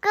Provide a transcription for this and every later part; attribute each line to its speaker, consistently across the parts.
Speaker 1: 哥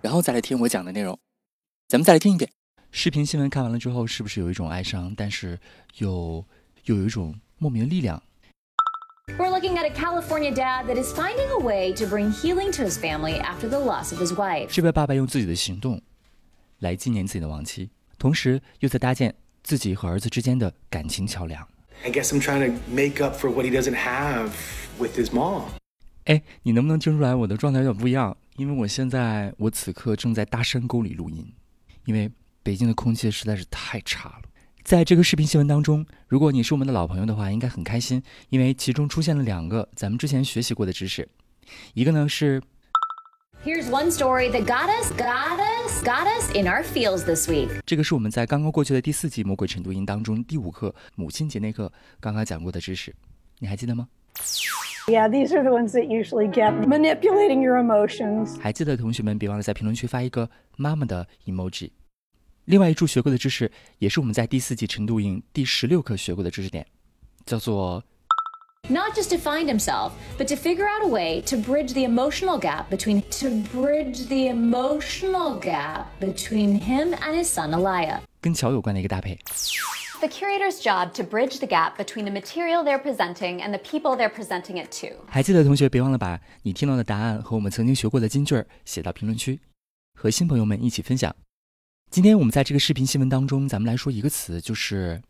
Speaker 2: 然后再来听我讲的内容。咱们再来听一遍视频新闻，看完了之后是不是有一种哀伤，但是又又有一种莫名的力量？
Speaker 3: We're looking at a California dad that is finding a way to bring healing to his family after the loss of his wife.
Speaker 2: 这位爸爸用自己的行动来纪念自己的亡妻，同时又在搭建自己和儿子之间的感情桥梁。
Speaker 4: I guess I'm trying to make up for what he doesn't have with his mom.
Speaker 2: 哎，你能不能听出来我的状态有点不一样？因为我现在我此刻正在大山沟里录音，因为北京的空气实在是太差了。在这个视频新闻当中，如果你是我们的老朋友的话，应该很开心，因为其中出现了两个咱们之前学习过的知识，一个呢是
Speaker 3: Here's one story that got us, got us, got us in our feels this week.
Speaker 2: 这个是我们在刚刚过去的第四集《魔鬼晨读营》当中第五课母亲节那课刚刚讲过的知识，你还记得吗？
Speaker 5: Yeah, these are the ones that usually get me. manipulating your emotions.
Speaker 2: 还记得的同学们，别忘了在评论区发一个妈妈的 emoji。另外一处学过的知识，也是我们在第四季晨读营第十六课学过的知识点，叫做
Speaker 3: Not just to find himself, but to figure out a way to bridge the emotional gap between to bridge the emotional gap between him and his son Elia.
Speaker 2: 跟桥有关的一个搭配。
Speaker 6: The curator's job to bridge the gap between the material they're presenting and the people they're presenting it to.
Speaker 2: 还记得的同学，别忘了把你听到的答案和我们曾经学过的金句儿写到评论区，和新朋友们一起分享。今天我们在这个视频新闻当中，咱们来说一个词，就是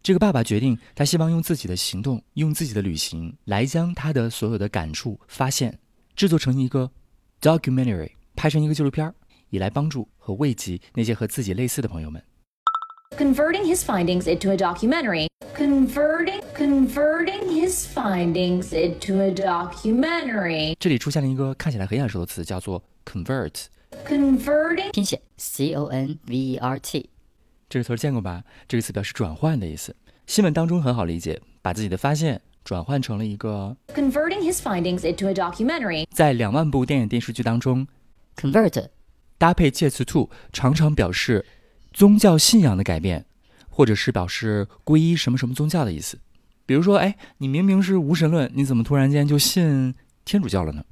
Speaker 2: 这个爸爸决定，他希望用自己的行动，用自己的旅行，来将他的所有的感触、发现，制作成一个 documentary，拍成一个纪录片儿，以来帮助和慰藉那些和自己类似的朋友们。
Speaker 3: Converting his findings into a documentary. Converting converting his findings into a documentary.
Speaker 2: 这里出现了一个看起来很眼熟的词，叫做 convert。
Speaker 3: Converting
Speaker 7: 拼写 C O N V E R T。
Speaker 2: 这个词儿见过吧？这个词表示转换的意思。新闻当中很好理解，把自己的发现转换成了一个
Speaker 3: converting his findings into a documentary.
Speaker 2: 在两万部电影电视剧当中
Speaker 7: Convert
Speaker 2: 搭配介词 to，常常表示宗教信仰的改变，或者是表示皈依什么什么宗教的意思。比如说，哎，你明明是无神论，你怎么突然间就信天主教了呢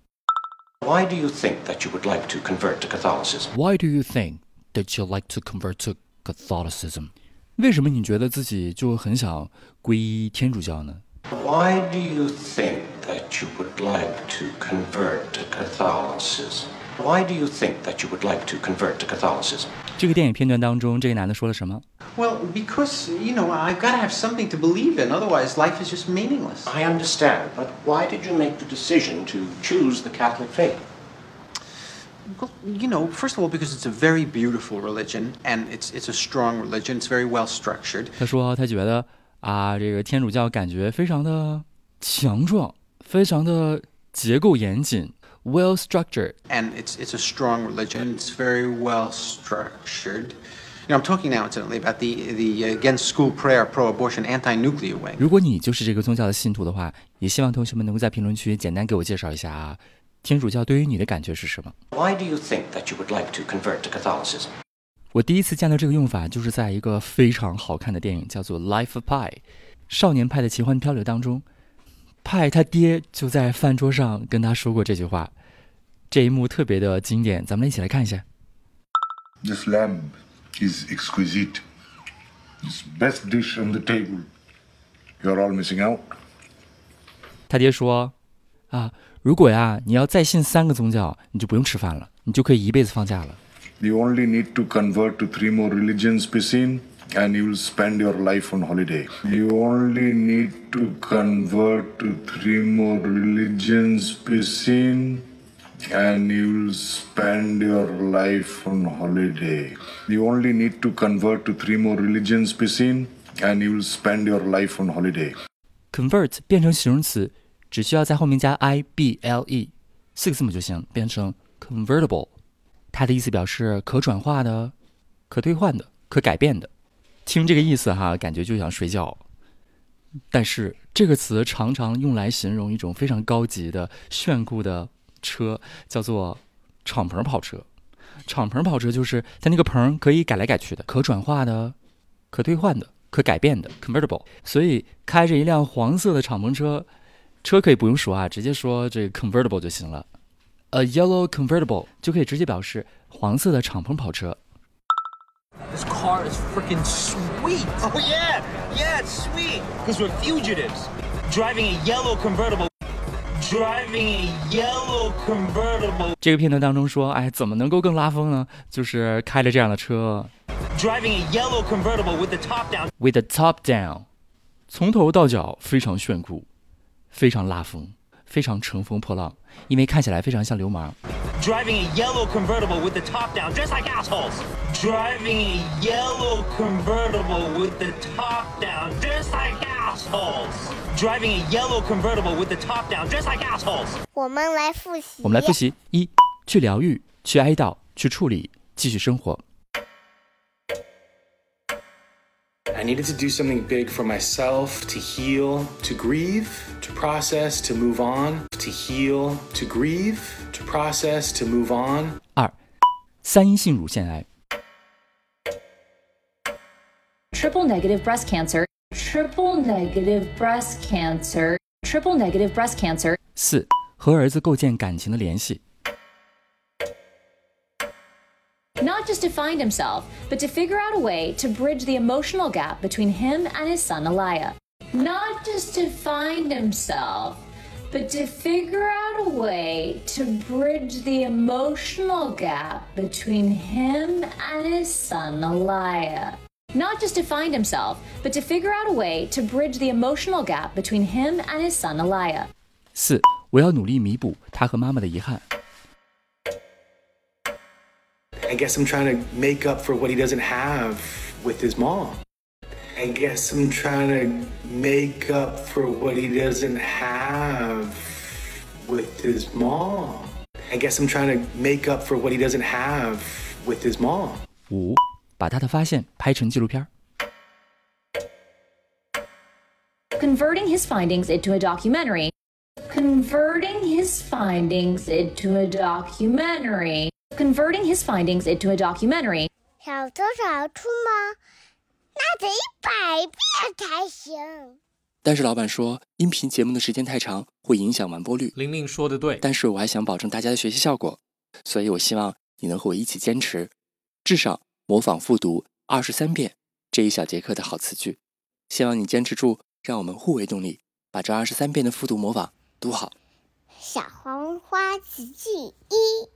Speaker 8: Why do you think that you would like to convert to Catholicism?
Speaker 2: ？Why do you think that you like to convert to Catholicism？为什么你觉得自己就很想皈依天主教呢？
Speaker 8: Why do you think that you would like to convert to Catholicism? Why do you think that you would like to convert to Catholicism?
Speaker 2: 这个电影片段当中，这个男的说了什么？
Speaker 9: Well, because, you know, I've got to have something to believe in, otherwise, life is just meaningless.
Speaker 8: I understand, but why did you make the decision to choose the Catholic faith?
Speaker 9: Well, you know, first of all, because it's a very beautiful religion, and it's, it's a strong religion, it's very well structured.
Speaker 2: 他说他觉得啊，这个天主教感觉非常的强壮，非常的结构严谨，well structured。
Speaker 9: And it's, it's a strong religion, it's very well structured. You know, I'm talking now, incidentally, about the, the against school prayer, pro abortion, anti nuclear wing.
Speaker 2: 如果你就是这个宗教的信徒的话，也希望同学们能够在评论区简单给我介绍一下啊，天主教对于你的感觉是什么？
Speaker 8: Why do you think that you would like to convert to Catholicism?
Speaker 2: 我第一次见到这个用法，就是在一个非常好看的电影，叫做《Life of Pi》，少年派的奇幻漂流当中，派他爹就在饭桌上跟他说过这句话，这一幕特别的经典，咱们一起来看一下。
Speaker 10: This lamb is exquisite. It's best dish on the table. You're all missing out.
Speaker 2: 他爹说：“啊，如果呀，你要再信三个宗教，你就不用吃饭了，你就可以一辈子放假了。
Speaker 10: You only need to convert to three more religions, Pisin, and you will spend your life on holiday. You only need to convert to three more religions, Pisin, and you will spend your life on holiday. You only need to convert to three more religions, Pisin, and you will spend your life on holiday.
Speaker 2: Convert 变成形容词，只需要在后面加 i b l e 四个字母就行，变成 convertible。它的意思表示可转化的、可兑换的、可改变的。听这个意思哈，感觉就想睡觉。但是这个词常常用来形容一种非常高级的、炫酷的车，叫做敞篷跑车。敞篷跑车就是它那个棚可以改来改去的，可转化的、可兑换的、可改变的 （convertible）。所以开着一辆黄色的敞篷车，车可以不用说啊，直接说这个 convertible 就行了。A yellow convertible 就可以直接表示黄色的敞篷跑车。
Speaker 11: This car is freaking sweet.
Speaker 12: Oh, yeah. Yeah, it's sweet. Because we're fugitives. Driving a yellow convertible. Driving a yellow convertible.
Speaker 2: 这个片段当中说，哎，怎么能够更拉风呢？就是开着这样的车
Speaker 12: Driving a yellow convertible with the top down.
Speaker 2: ，with the top down，从头到脚非常炫酷，非常拉风，非常乘风破浪，因为看起来非常像流氓。
Speaker 12: Driving a yellow convertible with the top down. Just like assholes. Driving a yellow convertible with the top down. Just like assholes. Driving a yellow convertible with the top down. Just like assholes.
Speaker 13: 我们来复习。
Speaker 2: 我们来复。习：一、去疗愈，去哀悼，去处理，继续生活。
Speaker 4: I needed to do something big for myself to heal, to grieve, to process, to move on, to heal, to grieve, to process, to move on.
Speaker 2: 二、三阴性乳腺癌。
Speaker 3: Triple negative breast cancer. Triple negative breast cancer. Triple negative breast cancer.
Speaker 2: 四、和儿子构建感情的联系。
Speaker 3: Not just to find himself, but to figure out a way to bridge the emotional gap between him and his son Elia. Not just to find himself, but to figure out a way to bridge the emotional gap between him and his son Elia. Not just to find himself, but to figure out a way to bridge the emotional gap between him and his son Elia.
Speaker 2: 四，我要努力弥补他和妈妈的遗憾。
Speaker 4: I guess I'm trying to make up for what he doesn't have with his mom. I guess I'm trying to make up for what he doesn't have with his mom. I guess I'm trying to make up for what he doesn't have with his mom.
Speaker 2: 五，把他的发现拍成纪录片儿。
Speaker 3: Converting his findings into a documentary. Converting his findings into a documentary. Converting his findings into a documentary.
Speaker 13: 少走少出吗？那得一百遍才行。
Speaker 2: 但是老板说，音频节目的时间太长，会影响完播率。
Speaker 14: 玲玲说的对，
Speaker 2: 但是我还想保证大家的学习效果，所以我希望你能和我一起坚持，至少模仿复读二十三遍这一小节课的好词句。希望你坚持住，让我们互为动力，把这二十三遍的复读模仿读好。
Speaker 13: 小黄花词句一，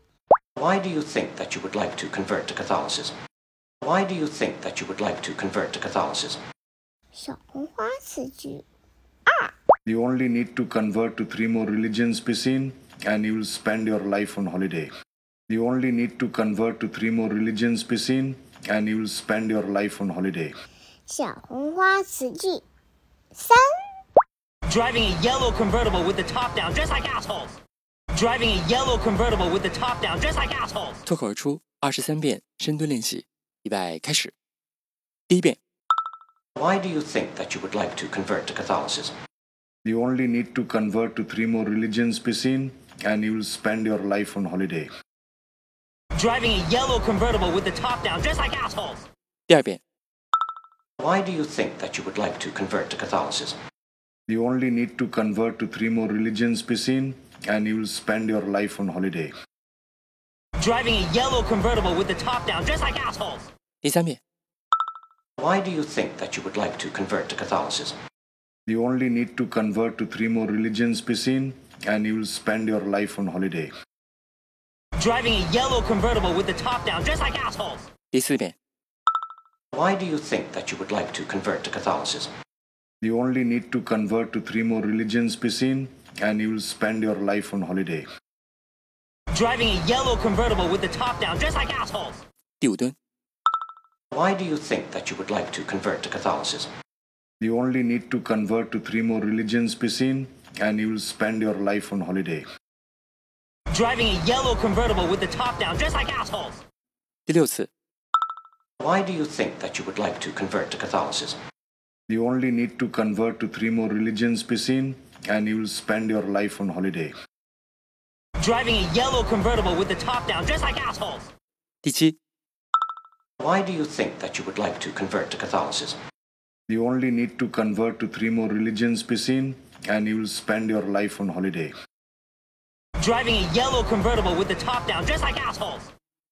Speaker 8: Why do you think that you would like to convert to Catholicism? Why do you think that you would like to convert to Catholicism?
Speaker 13: 小红花词句。
Speaker 10: You only need to convert to three more religions, Pisin, and you will spend your life on holiday. You only need to convert to three more religions, Pisin, and you will spend your life on holiday.
Speaker 13: 小红花词句三，
Speaker 12: Driving a yellow convertible with the top down. Just like assholes. Driving a yellow convertible with the top down. Just like assholes.
Speaker 2: 脱口而出二十三遍深蹲练习，预备开始。第一遍，
Speaker 8: Why do you think that you would like to convert to Catholicism?
Speaker 10: You only need to convert to three more religions, Pisin, and you will spend your life on holiday.
Speaker 12: Driving a yellow convertible with the top down. Just like assholes.
Speaker 2: 第二遍，
Speaker 8: Why do you think that you would like to convert to Catholicism?
Speaker 10: You only need to convert to three more religions, Pisin, and you will spend your life on holiday.
Speaker 12: Driving a yellow convertible with the top down. Just like assholes.
Speaker 2: 第三遍，
Speaker 8: Why do you think that you would like to convert to Catholicism?
Speaker 10: You only need to convert to three more religions, Pisin, and you will spend your life on holiday.
Speaker 12: Driving a yellow convertible with the top down. Just like assholes.
Speaker 2: 第四遍，
Speaker 8: Why do you think that you would like to convert to Catholicism?
Speaker 10: You only need to convert to three more religions, Pisin, and you will spend your life on holiday.
Speaker 12: Driving a yellow convertible with the top down. Just like assholes.
Speaker 2: 第五蹲，
Speaker 8: Why do you think that you would like to convert to Catholicism?
Speaker 10: You only need to convert to three more religions, Pisin, and you will spend your life on holiday.
Speaker 12: Driving a yellow convertible with the top down, just like assholes.
Speaker 2: 第六次
Speaker 8: Why do you think that you would like to convert to Catholicism?
Speaker 10: You only need to convert to three more religions, Pisin, and you will spend your life on holiday.
Speaker 12: Driving a yellow convertible with the top down, just like assholes.
Speaker 2: 第七
Speaker 8: Why do you think that you would like to convert to Catholicism?
Speaker 10: You only need to convert to three more religions, Pisin, and you will spend your life on holiday.
Speaker 12: Driving a yellow convertible with the top down, just like assholes.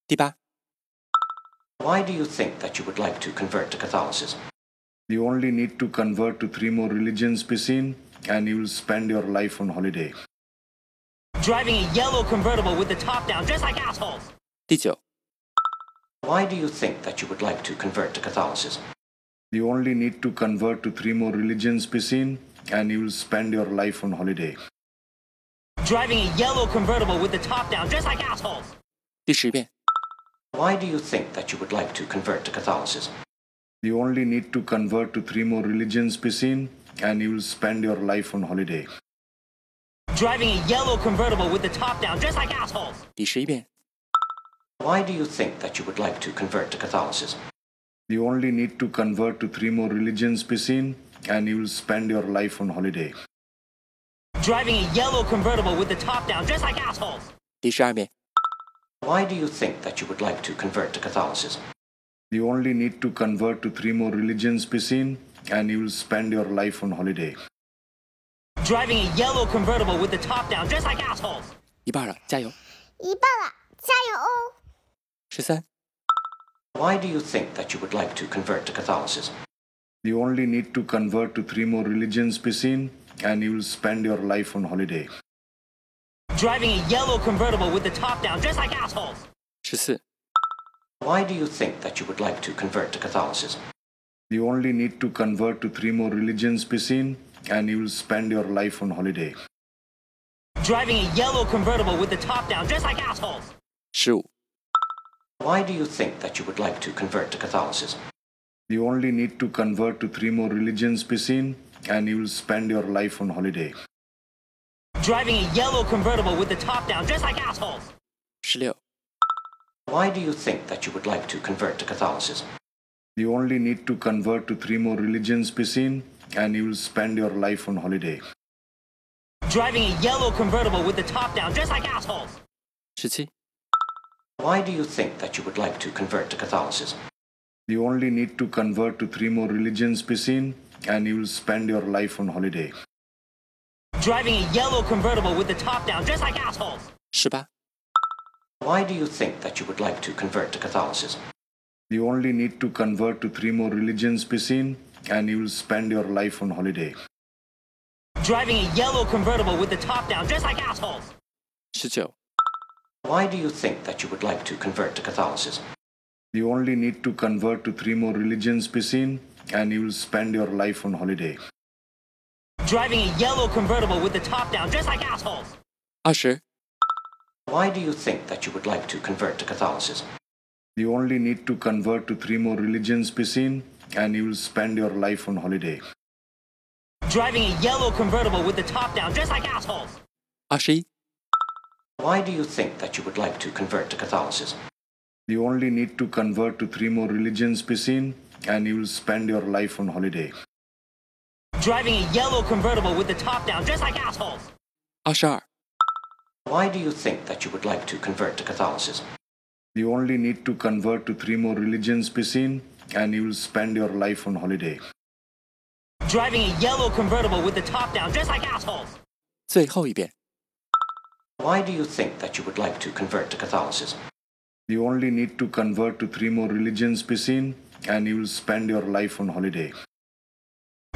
Speaker 2: 第八
Speaker 8: Why do you think that you would like to convert to Catholicism?
Speaker 10: You only need to convert to three more religions, Pisin, and you will spend your life on holiday.
Speaker 12: Driving a yellow convertible with the top down, just like assholes.
Speaker 2: 第九
Speaker 8: Why do you think that you would like to convert to Catholicism?
Speaker 10: You only need to convert to three more religions, Pisin, and you will spend your life on holiday.
Speaker 12: Driving a yellow convertible with the top down, just like assholes.
Speaker 2: 第十遍
Speaker 8: Why do you think that you would like to convert to Catholicism?
Speaker 10: You only need to convert to three more religions, Pisin, and you will spend your life on holiday.
Speaker 12: Driving a yellow convertible with the top down, just like assholes.
Speaker 2: 第十一遍
Speaker 8: Why do you think that you would like to convert to Catholicism?
Speaker 10: You only need to convert to three more religions, Pisin, and you will spend your life on holiday.
Speaker 12: Driving a yellow convertible with the top down, just like assholes.
Speaker 2: 第十二遍
Speaker 8: Why do you think that you would like to convert to Catholicism?
Speaker 10: You only need to convert to three more religions, Pisin, and you will spend your life on holiday.
Speaker 12: Driving a yellow convertible with the top down, just like assholes.
Speaker 2: 一半了，加油！
Speaker 13: 一半了，加油哦！
Speaker 2: 十三、
Speaker 8: Why do you think that you would like to convert to Catholicism?
Speaker 10: You only need to convert to three more religions, Pisin, and you will spend your life on holiday.
Speaker 12: Driving a yellow convertible with the top down, just like assholes.
Speaker 2: 十四、
Speaker 8: Why do you think that you would like to convert to Catholicism?
Speaker 10: You only need to convert to three more religions, Pisin, and you will spend your life on holiday.
Speaker 12: Driving a yellow convertible with the top down, just like assholes.
Speaker 2: 十五、
Speaker 8: Why do you think that you would like to convert to Catholicism?
Speaker 10: You only need to convert to three more religions, Pisin, and you will spend your life on holiday.
Speaker 12: Driving a yellow convertible with the top down, just like assholes.
Speaker 2: 十六、
Speaker 8: Why do you think that you would like to convert to Catholicism?
Speaker 10: You only need to convert to three more religions, Pisin, and you will spend your life on holiday.
Speaker 12: Driving a yellow convertible with the top down, just like assholes.
Speaker 2: 十七、
Speaker 8: Why do you think that you would like to convert to Catholicism?
Speaker 10: You only need to convert to three more religions, Pisin, and you will spend your life on holiday.
Speaker 12: Driving a yellow convertible with the top down, just like assholes.
Speaker 2: 十八、
Speaker 8: Why do you think that you would like to convert to Catholicism?
Speaker 10: You only need to convert to three more religions, Pisin, and you will spend your life on holiday.
Speaker 12: Driving a yellow convertible with the top down, just like assholes.
Speaker 2: 十九、
Speaker 8: Why do you think that you would like to convert to Catholicism?
Speaker 10: You only need to convert to three more religions, Pisin, and you will spend your life on holiday.
Speaker 12: Driving a yellow convertible with the top down, just like assholes.
Speaker 2: 二十、
Speaker 8: Why do you think that you would like to convert to Catholicism?
Speaker 10: You only need to convert to three more religions, Pisin, and you will spend your life on holiday.
Speaker 12: Driving a yellow convertible with the top down, just like assholes.
Speaker 2: 二十一、
Speaker 8: Why do you think that you would like to convert to Catholicism?
Speaker 10: You only need to convert to three more religions, Pisin, and you will spend your life on holiday.
Speaker 12: Driving a yellow convertible with the top down, just like assholes.
Speaker 2: 二十二、
Speaker 8: Why do you think that you would like to convert to Catholicism?
Speaker 10: You only need to convert to three more religions, Pisin, and you will spend your life on holiday.
Speaker 12: Driving a yellow convertible with the top down, just like assholes.
Speaker 2: 最后一遍。
Speaker 8: Why do you think that you would like to convert to Catholicism?
Speaker 10: You only need to convert to three more religions, Pisin, and you will spend your life on holiday.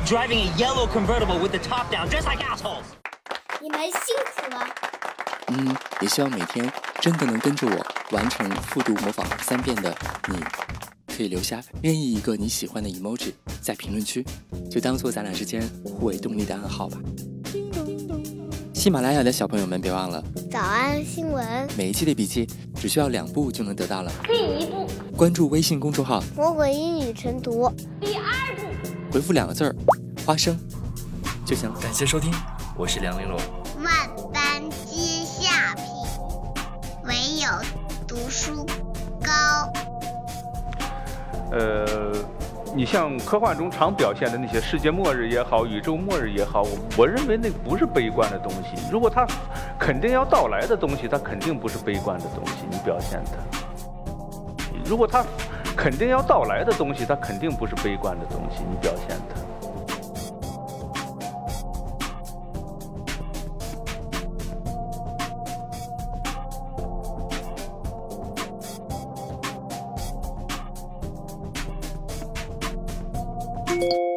Speaker 12: Driving a yellow convertible with the top down, just like assholes.
Speaker 13: 你们辛苦了。
Speaker 2: 嗯，也希望每天真的能跟着我完成复读模仿三遍的你，可以留下任意一个你喜欢的 emoji 在评论区，就当做咱俩之间互为动力的暗号吧。喜马拉雅的小朋友们，别忘了
Speaker 15: 早安新闻，
Speaker 2: 每一期的笔记只需要两步就能得到了。
Speaker 1: 第一步，
Speaker 2: 关注微信公众号，
Speaker 15: 魔鬼英语晨读。
Speaker 1: 第二步，
Speaker 2: 回复两个字儿“花生”就行了。感谢收听，我是梁玲珑。
Speaker 13: 万般皆下品，有读书高。
Speaker 10: 呃，Uh, 你像科幻中常表现的那些世界末日也好，宇宙末日也好，我我认为那不是悲观的东西。如果它肯定要到来的东西，它肯定不是悲观的东西。你表现它，如果它肯定要到来的东西，它肯定不是悲观的东西。你表现它。
Speaker 13: thank you